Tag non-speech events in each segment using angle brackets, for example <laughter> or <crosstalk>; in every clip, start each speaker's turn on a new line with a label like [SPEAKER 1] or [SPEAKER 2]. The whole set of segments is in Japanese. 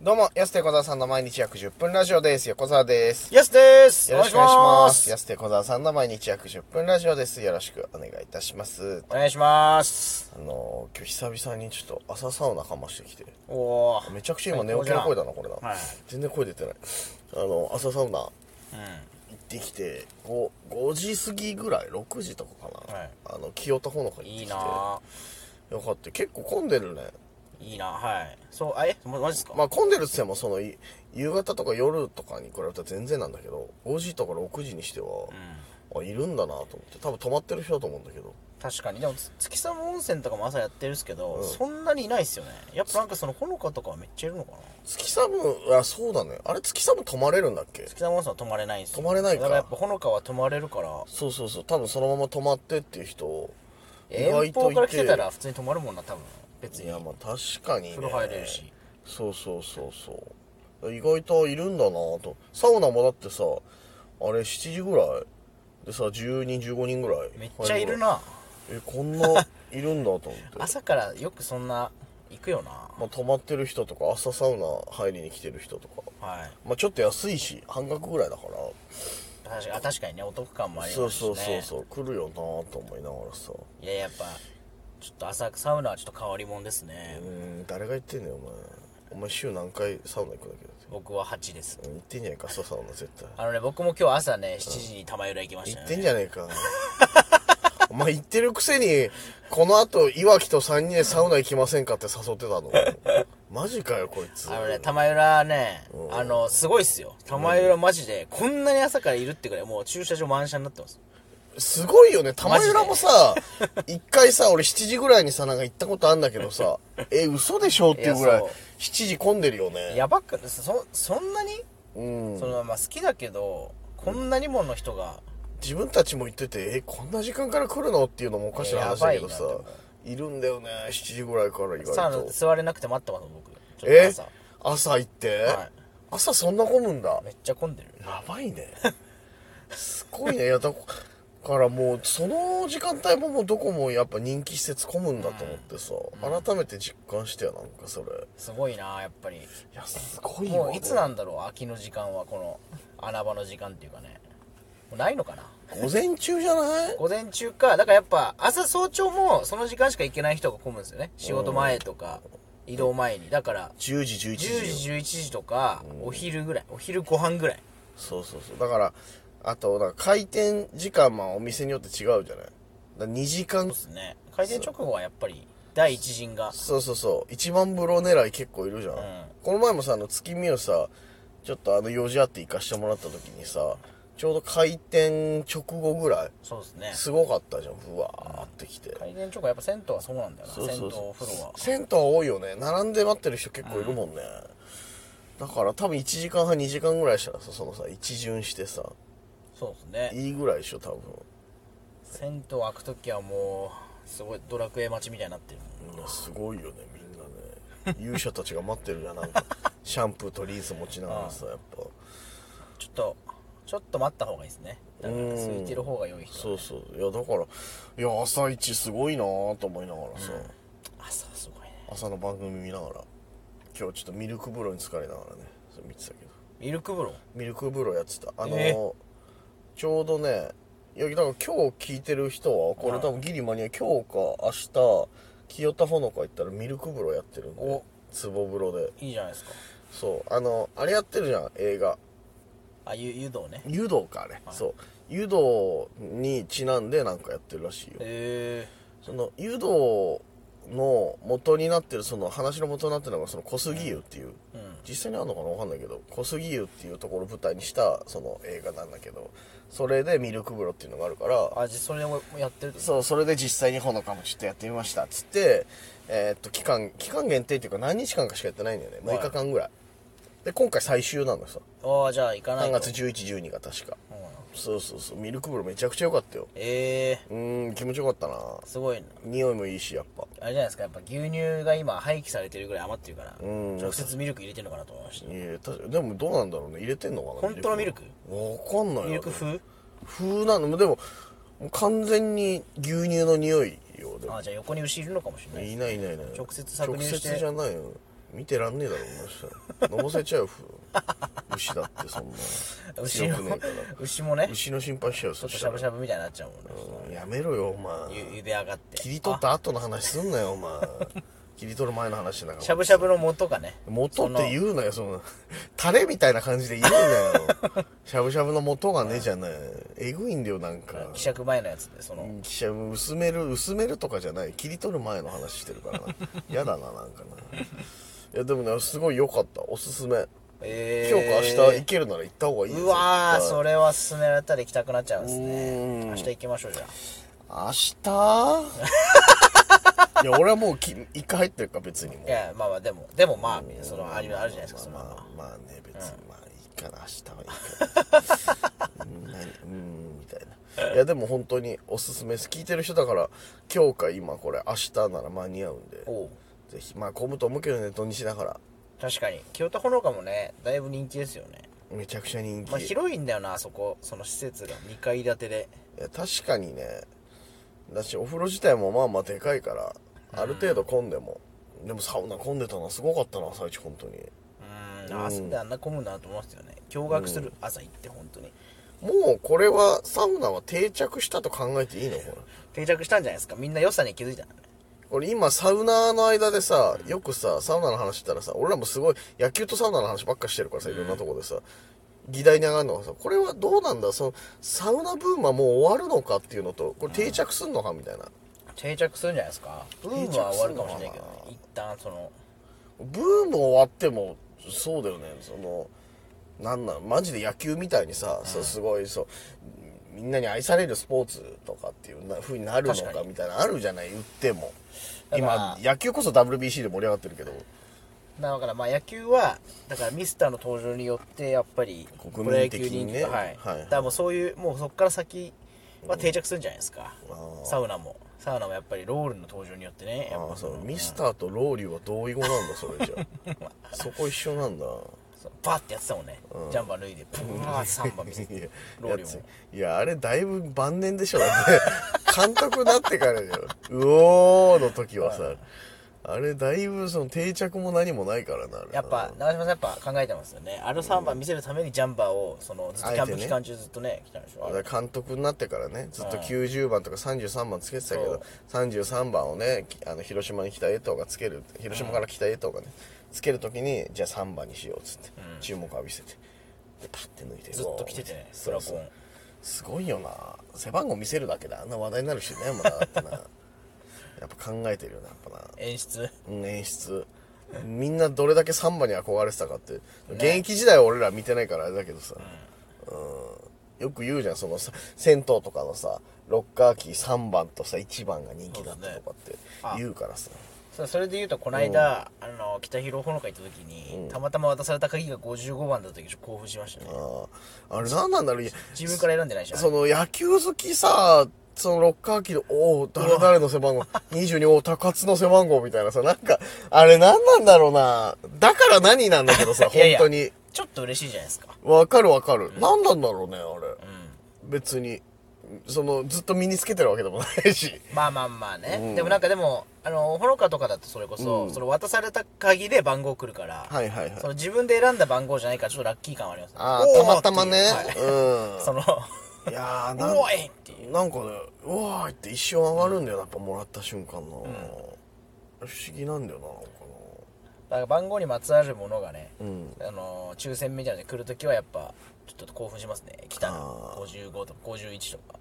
[SPEAKER 1] どうも、安手小沢さんの毎日約10分ラジオです。横澤です。
[SPEAKER 2] ヤスです
[SPEAKER 1] よろしくお願いしま
[SPEAKER 2] お
[SPEAKER 1] す。安手小沢さんの毎日約10分ラジオです。よろしくお願いいたします。
[SPEAKER 2] 願いします
[SPEAKER 1] あのー、今日久々にちょっと朝サウナかましてきて。
[SPEAKER 2] おおー
[SPEAKER 1] めちゃくちゃ今寝起きの声だな、これな。
[SPEAKER 2] はい
[SPEAKER 1] 全然声出てない。あの、朝サウナ行
[SPEAKER 2] う
[SPEAKER 1] ってきて、5, 5時過ぎぐらい、6時とかかな。
[SPEAKER 2] はい
[SPEAKER 1] あの、清田ほのか行
[SPEAKER 2] ん
[SPEAKER 1] ってきて。
[SPEAKER 2] いいなぁ
[SPEAKER 1] よかった。結構混んでるね。
[SPEAKER 2] いいなぁはいそうあえまマジっすか、
[SPEAKER 1] まあ混んでるっつってもそのい夕方とか夜とかに比べたら全然なんだけど5時とか6時にしては、あいるんだなと思って多分泊まってる人だと思うんだけど
[SPEAKER 2] 確かにでもつ月寒温泉とかも朝やってるっすけど、そんなにいないっすよねやっぱなんかそのほのかとかはめっちゃいるのかな
[SPEAKER 1] 月寒あそうだねあれ月寒泊まれるんだっけ
[SPEAKER 2] 月寒温泉は泊まれないんすよ
[SPEAKER 1] 泊まれないか
[SPEAKER 2] だからやっぱほのかは泊まれるから
[SPEAKER 1] そうそうそう多分そのまま泊まってっていう人意
[SPEAKER 2] 遠
[SPEAKER 1] 外
[SPEAKER 2] 方
[SPEAKER 1] と
[SPEAKER 2] から
[SPEAKER 1] い
[SPEAKER 2] 来
[SPEAKER 1] て
[SPEAKER 2] てたら普通に泊まるもんな多分別
[SPEAKER 1] い
[SPEAKER 2] に
[SPEAKER 1] やまあ確かに、ね、
[SPEAKER 2] 風呂入れるし
[SPEAKER 1] そうそうそうそう意外といるんだなとサウナもだってさあれ7時ぐらいでさ10人15人ぐらい
[SPEAKER 2] めっちゃいるなぁ
[SPEAKER 1] えこん
[SPEAKER 2] <laughs>
[SPEAKER 1] ないるんだと思って
[SPEAKER 2] 朝からよくそんな行くよな
[SPEAKER 1] まあ、泊まってる人とか朝サウナ入りに来てる人とか、
[SPEAKER 2] はい
[SPEAKER 1] まあ、ちょっと安いし半額ぐらいだから、
[SPEAKER 2] 確かあ確かにねお得感もあり
[SPEAKER 1] そ
[SPEAKER 2] ま
[SPEAKER 1] う
[SPEAKER 2] すし、
[SPEAKER 1] そ
[SPEAKER 2] ね、
[SPEAKER 1] うそうそう来るよなと思いながらさ
[SPEAKER 2] いややっぱちょっと浅くサウナはちょっと変わりもんですね、
[SPEAKER 1] うーん誰が言ってんねんお前お前週何回サウナ行くんだけど
[SPEAKER 2] 僕は8です
[SPEAKER 1] 行ってんじゃねえか朝サウナ絶対
[SPEAKER 2] あのね僕も今日朝ね7時に玉浦行きまし
[SPEAKER 1] 行
[SPEAKER 2] た
[SPEAKER 1] っ
[SPEAKER 2] よ
[SPEAKER 1] てん
[SPEAKER 2] ね
[SPEAKER 1] じゃねえ
[SPEAKER 2] <laughs>
[SPEAKER 1] かお前行ってるくせにこの後いわきと3人でサウナ行きませんかって誘ってたのマジかよこいつ
[SPEAKER 2] あのね玉浦ねあのすごいっすよ玉浦マジでこんなに朝からいるってぐらいもう駐車場満車になってます
[SPEAKER 1] すごいよね。玉
[SPEAKER 2] マジで
[SPEAKER 1] 浦もさ、一回さ、俺7時ぐらいにさ、なんか行ったことあんだけど
[SPEAKER 2] <laughs>
[SPEAKER 1] さ、え、嘘でしょっていうぐら
[SPEAKER 2] いや
[SPEAKER 1] い
[SPEAKER 2] そう、
[SPEAKER 1] 7時混んでるよね。
[SPEAKER 2] やばくそそんなに、
[SPEAKER 1] うん。
[SPEAKER 2] そのまあ好きだけどこんなにもの人が、
[SPEAKER 1] 自分たちも行ってて、え、こんな時間から来るのっていうのもおかしな話だけどさ
[SPEAKER 2] いややばいなでも、
[SPEAKER 1] いるんだよね、7時ぐらいから意
[SPEAKER 2] サ
[SPEAKER 1] 外
[SPEAKER 2] ウナ
[SPEAKER 1] と。
[SPEAKER 2] 座れなくて待ってます僕ちょっと
[SPEAKER 1] え
[SPEAKER 2] 朝
[SPEAKER 1] 朝行って
[SPEAKER 2] はい
[SPEAKER 1] 朝そんな混むんだ。
[SPEAKER 2] めっちゃ混んでる
[SPEAKER 1] やばいね。すごいね。いや、だからもう、その時間帯ももうどこもやっぱ人気施設混むんだと思ってさ、改めて実感してよ、なんかそれ。
[SPEAKER 2] すごいなやっぱり
[SPEAKER 1] いやすごいよ
[SPEAKER 2] もういつなんだろう秋の時間はこの穴場の時間っていうかねもうないのかな
[SPEAKER 1] 午前中じゃない
[SPEAKER 2] 午前中かだからやっぱ朝早朝もその時間しか行けない人が混むんですよね仕事前とか移動前にだから
[SPEAKER 1] 10時11
[SPEAKER 2] 10
[SPEAKER 1] 時
[SPEAKER 2] 時11時とかお昼ぐらいお昼ご飯ぐらい
[SPEAKER 1] そうそうそうだからあとなんか開店時間まあお店によって違うじゃないだから2時間
[SPEAKER 2] そうですね開店直後はやっぱり第一陣が
[SPEAKER 1] そうそうそう一番風呂狙い結構いるじゃん、この前もさあの月見をさちょっとあの用事あって行かしてもらった時にさちょうど開店直後ぐらい
[SPEAKER 2] そうですね
[SPEAKER 1] すごかったじゃんふわーってきて、
[SPEAKER 2] 開店直後やっぱ銭湯はそうなんだよな
[SPEAKER 1] そうそうそう
[SPEAKER 2] 銭湯お風呂は
[SPEAKER 1] 銭湯多いよね並んで待ってる人結構いるもんね、だから多分1時間半2時間ぐらいしたらさそのさ一巡してさ
[SPEAKER 2] そうですね
[SPEAKER 1] いいぐらいでしょ多分
[SPEAKER 2] 銭湯開く時はもうすごいドラクエ待ちみたいになってる
[SPEAKER 1] みんなすごいよねみんなね勇者たちが待ってるじゃんなんかシャンプーとリンス持ちながらさやっぱ
[SPEAKER 2] ちょっとちょっと待った方がいいですねだから空いてる方が良い人
[SPEAKER 1] そうそういやだからいや朝一すごいなぁと思いながらさ、
[SPEAKER 2] 朝はすごいね
[SPEAKER 1] 朝の番組見ながら今日ちょっとミルク風呂に疲れながらねそれ見てたけど
[SPEAKER 2] ミルク風呂
[SPEAKER 1] ミルク風呂やってたあのー、
[SPEAKER 2] え
[SPEAKER 1] ちょうどねいやだから今日聞いてる人はこれ多分ギリマニア今日か明日清田ほのか行ったらミルク風呂やってるんで
[SPEAKER 2] お
[SPEAKER 1] 壺風呂で
[SPEAKER 2] いいじゃないですか
[SPEAKER 1] そうあのあれやってるじゃん映画
[SPEAKER 2] あゆ湯道ね
[SPEAKER 1] 湯道かあれ、そう湯道にちなんでなんかやってるらしいよ
[SPEAKER 2] へえ
[SPEAKER 1] その湯道の元になってるその話の元になってるのがその小杉湯っていう、実際にあるのかなわかんないけど小杉湯っていうところを舞台にしたその映画なんだけどそれでミルク風呂っていうのがあるから
[SPEAKER 2] あじゃあそれをやってるってこと
[SPEAKER 1] そうそれで実際にほのかもちょっとやってみましたっつってえーっと期間期間限定っていうか何日間かしかやってないんだよね
[SPEAKER 2] はい
[SPEAKER 1] 6日間ぐらい、で今回最終なのさ
[SPEAKER 2] ああじゃあ行かない
[SPEAKER 1] 3
[SPEAKER 2] と
[SPEAKER 1] 月1112が確か
[SPEAKER 2] うん
[SPEAKER 1] そうそうそうミルク風呂めちゃくちゃ良かったよ
[SPEAKER 2] え
[SPEAKER 1] う
[SPEAKER 2] え
[SPEAKER 1] ーん気持ちよかったな
[SPEAKER 2] すごいな
[SPEAKER 1] 匂いもいいしやっぱ
[SPEAKER 2] あれじゃないですかやっぱ牛乳が今廃棄されてるぐらい余ってるから
[SPEAKER 1] ん
[SPEAKER 2] 直接ミルク入れてんのかなと思いました
[SPEAKER 1] いや確かでもどうなんだろうね入れてんのかな
[SPEAKER 2] 本当のミルク
[SPEAKER 1] わかんないな
[SPEAKER 2] ミルク風
[SPEAKER 1] 風なのでももう完全に牛乳の匂いよでも
[SPEAKER 2] あじゃあ横に牛いるのかもしれない
[SPEAKER 1] いないいないいない
[SPEAKER 2] 直接搾乳して
[SPEAKER 1] 直接じゃないよ見てらんねえだろこの人のぼせちゃうよふ <laughs> 牛だってそんな
[SPEAKER 2] 牛
[SPEAKER 1] 強くね
[SPEAKER 2] も
[SPEAKER 1] えから
[SPEAKER 2] 牛もねち
[SPEAKER 1] 牛の心配しちゃうよ
[SPEAKER 2] <laughs> ょ
[SPEAKER 1] そ
[SPEAKER 2] っと
[SPEAKER 1] し
[SPEAKER 2] したゃぶし
[SPEAKER 1] ら
[SPEAKER 2] ゃぶみたいになっちゃうもんね
[SPEAKER 1] うんやめろよお前
[SPEAKER 2] ゆ茹で上がって
[SPEAKER 1] 切り取った後の話すんなよお前
[SPEAKER 2] <laughs>
[SPEAKER 1] 切り取る前の話なんか
[SPEAKER 2] あしゃぶしゃぶの素かね
[SPEAKER 1] 元って言うなよそのタレみたいな感じで言うな
[SPEAKER 2] <laughs>
[SPEAKER 1] よしゃぶしゃぶの元がねじゃないえぐいんだよなんか
[SPEAKER 2] 希釈前のやつでその、
[SPEAKER 1] 記者薄める薄めるとかじゃない切り取る前の話してるから
[SPEAKER 2] <laughs>
[SPEAKER 1] な嫌だななんかないやでもねすごい良かったおすすめ
[SPEAKER 2] え
[SPEAKER 1] 今日か
[SPEAKER 2] ー
[SPEAKER 1] 明日行けるなら行った方がいいよ
[SPEAKER 2] うわー
[SPEAKER 1] 絶対
[SPEAKER 2] それは勧められたら行きたくなっちゃうんです
[SPEAKER 1] う
[SPEAKER 2] ね
[SPEAKER 1] ん
[SPEAKER 2] 明日行きましょうじゃあ
[SPEAKER 1] 明日 <laughs> いや俺はもうき一回入ってるから別にもう
[SPEAKER 2] いやまあまあでもでもまあそのありあるじゃないですかその
[SPEAKER 1] まあまあね別にまあいいかな明日はいいかなうんうん <laughs> みたいないやでも本当におすすめです聞いてる人だから今日か今これ明日なら間に合うんで
[SPEAKER 2] おう
[SPEAKER 1] ぜひまあ混むと思うけどね土日だから
[SPEAKER 2] 確かに清田ほのかもねだいぶ人気ですよね
[SPEAKER 1] めちゃくちゃ人気、
[SPEAKER 2] まあ広いんだよなあそこその施設が2階建てで
[SPEAKER 1] いや確かにねだしお風呂自体もまあまあでかいからある程度混んでも、でもサウナ混んでたのはすごかったな朝一本当に
[SPEAKER 2] うーん朝であんな混むんだなと思いますよね驚愕する朝行って本当に
[SPEAKER 1] もうこれはサウナは定着したと考えていいのこれ
[SPEAKER 2] 定着したんじゃないですかみんな良さに気づいたのね
[SPEAKER 1] 俺今サウナーの間でさよくさサウナの話したらさ俺らもすごい野球とサウナの話ばっかしてるからさいろんなとこでさ議題に上がるのがさこれはどうなんだそのサウナブームはもう終わるのかっていうのとこれ定着すんのかみたいな
[SPEAKER 2] 定着するんじゃないですかブームは終わるかもしれないけどね一旦その
[SPEAKER 1] ブーム終わってもそうだよねそのなんなんマジで野球みたいにさ、そうすごいそうみんなに愛されるスポーツとかっていうな風になるの
[SPEAKER 2] 確か
[SPEAKER 1] かみたいなあるじゃない言っても
[SPEAKER 2] だから
[SPEAKER 1] 今野球こそ WBC で盛り上がってるけど
[SPEAKER 2] だからまあ野球はだからミスターの登場によってやっぱり
[SPEAKER 1] 国民的にね
[SPEAKER 2] プロ野球人気とかはい、
[SPEAKER 1] はいはい
[SPEAKER 2] だからもうそういうもうそこから先は定着するんじゃないですか、
[SPEAKER 1] あー
[SPEAKER 2] サウナもサウナもやっぱりロールの登場によってねやっ
[SPEAKER 1] あ
[SPEAKER 2] ぱ
[SPEAKER 1] あ
[SPEAKER 2] そ
[SPEAKER 1] そう
[SPEAKER 2] の
[SPEAKER 1] ミスターとローリューは同意語なんだそれじゃ
[SPEAKER 2] <laughs>
[SPEAKER 1] そこ一緒なんだ
[SPEAKER 2] そうバーってやってたもんね、ジャンバー脱いでブワーって3番見
[SPEAKER 1] <laughs>
[SPEAKER 2] せ
[SPEAKER 1] いや
[SPEAKER 2] てローリーも
[SPEAKER 1] いやあれだいぶ晩年でしょだって監督になってからだようおーの時はさあれだいぶその定着も何もないからなあれな
[SPEAKER 2] やっぱ長嶋さんやっぱ考えてますよねあれを3番見せるためにジャンバーをそのずっとキャンプ期間中ずっとね来たんでしょあれ
[SPEAKER 1] だから監督になってからねずっと90番とか33番つけてたけ
[SPEAKER 2] そ
[SPEAKER 1] ど
[SPEAKER 2] う
[SPEAKER 1] 33番をねきあの広島に来た江藤がつける広島から来た江藤がねつける時にじゃあ3番にしようっつって注目浴びせてでパッて抜いて
[SPEAKER 2] ずっと来ててね
[SPEAKER 1] そ
[SPEAKER 2] プ
[SPEAKER 1] う
[SPEAKER 2] ラ
[SPEAKER 1] そう
[SPEAKER 2] コン
[SPEAKER 1] すごいよな背番号見せるだけであんな話題になるしねもうなだってな <laughs> やっぱ考えてるよなやっぱな
[SPEAKER 2] 演出
[SPEAKER 1] うん演出みんなどれだけサンバに憧れてたかって、現役時代は俺ら見てないからあれだけどさ、うんよく言うじゃんそのさ銭湯とかのさロッカーキー3番とさ1番が人気だったとかって言うからさ、
[SPEAKER 2] そうそれで言うとこの間、あの北広ほのか行った時に、たまたま渡された鍵が55番だった時ちょっと興奮しましたね
[SPEAKER 1] あーあれ何なんだろういや
[SPEAKER 2] 自分から選んでないじゃん
[SPEAKER 1] その野球好きさそのロッカーキーのおお誰々の背番号22お高津の背番号みたいなさなんかあれ何なんだろうなだから何なんだけどさ
[SPEAKER 2] <laughs> いや
[SPEAKER 1] 本
[SPEAKER 2] いや
[SPEAKER 1] 当に
[SPEAKER 2] ちょっと嬉しいじゃないですか
[SPEAKER 1] わかるわかる、何なんだろうねあれ、別にそのずっと身につけてるわけでもないし
[SPEAKER 2] まあまあまあね、でもなんかでもあのほのかとかだとそれこそ、その渡された鍵で番号来るから、
[SPEAKER 1] はいはいはい
[SPEAKER 2] その自分で選んだ番号じゃないからちょっとラッキー感はあります
[SPEAKER 1] ああ
[SPEAKER 2] おー
[SPEAKER 1] たまたまね
[SPEAKER 2] っていうはいその
[SPEAKER 1] うんい
[SPEAKER 2] <laughs>
[SPEAKER 1] やー
[SPEAKER 2] 「おい!」っていう
[SPEAKER 1] なんかねうわーいって一瞬上がるんだよなやっぱもらった瞬間の、不思議なんだよななんか
[SPEAKER 2] だから番号にまつわるものがね、
[SPEAKER 1] ん
[SPEAKER 2] あの抽選みたいなので来るときはやっぱちょっと興奮しますね来たら
[SPEAKER 1] あ
[SPEAKER 2] 55とか51とか
[SPEAKER 1] な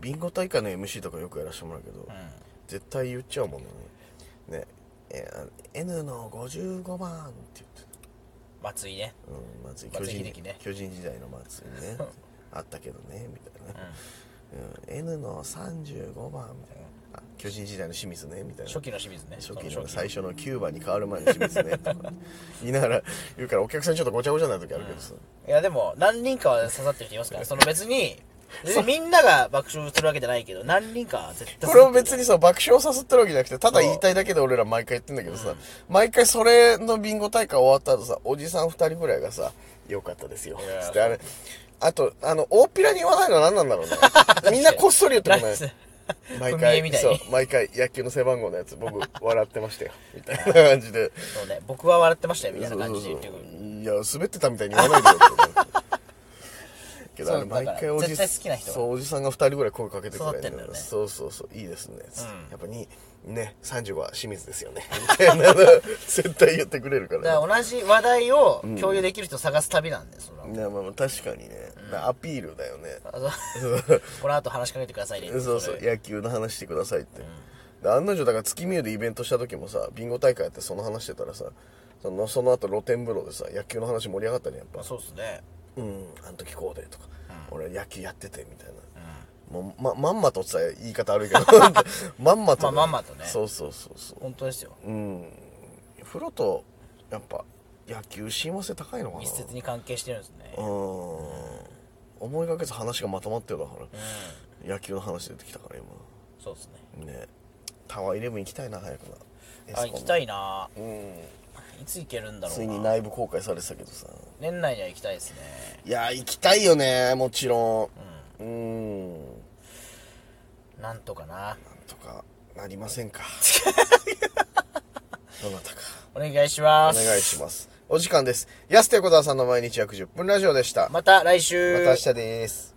[SPEAKER 1] ビンゴ大会の MC とかよくやらせてもらうけど、絶対言っちゃうもんねねえーあの N の55番って言って
[SPEAKER 2] 松井ね
[SPEAKER 1] うん、松井巨
[SPEAKER 2] 松井
[SPEAKER 1] 人
[SPEAKER 2] 秀喜ね
[SPEAKER 1] 巨人時代の松井 <laughs> ねあったけどねみたいな、うん N の35番みたいなあ巨人時代の清水ねみたいな
[SPEAKER 2] 初期の清水ね
[SPEAKER 1] 初
[SPEAKER 2] そ
[SPEAKER 1] 期
[SPEAKER 2] の
[SPEAKER 1] の最初の9番に変わる前の清水ねと <laughs> か言いながら言うからお客さんちょっとごちゃごちゃになる時あるけどさ、
[SPEAKER 2] いやでも何人かは刺さってる人いますからその
[SPEAKER 1] <laughs>
[SPEAKER 2] 別に別にみんなが爆笑するわけじゃないけど何人かは絶対
[SPEAKER 1] これを別にさ、爆笑を誘ってるわけじゃなくて、ただ言いたいだけで俺ら毎回言ってんだけどさ、毎回それのビンゴ大会終わった後さ、おじさん二人ぐらいがさ、よかったですよ。<laughs>
[SPEAKER 2] や
[SPEAKER 1] つって、あれ、あと、あの、大っぴらに言わないのは何なんだろうね。みんなこっそり言ってこ
[SPEAKER 2] ナ
[SPEAKER 1] な
[SPEAKER 2] イス <laughs>
[SPEAKER 1] い。毎
[SPEAKER 2] 踏み絵
[SPEAKER 1] 回
[SPEAKER 2] みたい
[SPEAKER 1] そ
[SPEAKER 2] に
[SPEAKER 1] う毎回野球の背番号のやつ僕笑ってました
[SPEAKER 2] <laughs>
[SPEAKER 1] よみたいな感じで
[SPEAKER 2] そうね僕は笑ってましたよみたいな感じで言ってくる
[SPEAKER 1] いや滑ってたみたいに言わないでよって思うけどあれ
[SPEAKER 2] そうだか
[SPEAKER 1] 毎
[SPEAKER 2] ら
[SPEAKER 1] 回おじ
[SPEAKER 2] 絶対好きな人は
[SPEAKER 1] そうおじさんが2人ぐらい声かけてくれ
[SPEAKER 2] 育って
[SPEAKER 1] る
[SPEAKER 2] んだよね
[SPEAKER 1] そうそうそういいですね、つって
[SPEAKER 2] うん
[SPEAKER 1] やっぱにね35は清水ですよねみたいな絶対言ってくれるから,、ね
[SPEAKER 2] だから同じ話題を共有できる人を探す旅なんで
[SPEAKER 1] <laughs>
[SPEAKER 2] それは、
[SPEAKER 1] いやまあまあ確かにね、だからアピールだよね
[SPEAKER 2] あそうこの後話しかけてくださいね
[SPEAKER 1] そうそう野球の話してくださいって、で案の定だから月見湯でイベントした時もさビンゴ大会やってその話してたらさそのその後露天風呂でさ野球の話盛り上がったねやっぱ
[SPEAKER 2] まあそうっすね
[SPEAKER 1] うんあの時こうでとか、俺野球やっててみたいな、もうままんまとって言ったら言い方悪いけど
[SPEAKER 2] <laughs>
[SPEAKER 1] まんまと、
[SPEAKER 2] まあまんまとね
[SPEAKER 1] そうそうそうそ
[SPEAKER 2] 本当ですよ
[SPEAKER 1] ううん風呂とやっぱ野球親和性高いのかな
[SPEAKER 2] 密接に関係してるんですね
[SPEAKER 1] うん思いがけず話がまとまってるだから、野球の話出てきたから今
[SPEAKER 2] そうですね
[SPEAKER 1] ねタワーイレブン行きたいな早くな
[SPEAKER 2] あ行きた
[SPEAKER 1] い
[SPEAKER 2] いな
[SPEAKER 1] うん
[SPEAKER 2] いつ行けるんだろ
[SPEAKER 1] ついうに
[SPEAKER 2] な
[SPEAKER 1] 内部公開されてたけどさ
[SPEAKER 2] 年内には行きたいですね
[SPEAKER 1] いやー行きたいよねもちろんうんん
[SPEAKER 2] なんとかな
[SPEAKER 1] なんとかなりません
[SPEAKER 2] <laughs>
[SPEAKER 1] かどなたか
[SPEAKER 2] お願いしま
[SPEAKER 1] お
[SPEAKER 2] す
[SPEAKER 1] 願いしますお時間です安手小沢さんの毎日約10分ラジオでしたま
[SPEAKER 2] また来週
[SPEAKER 1] た明日です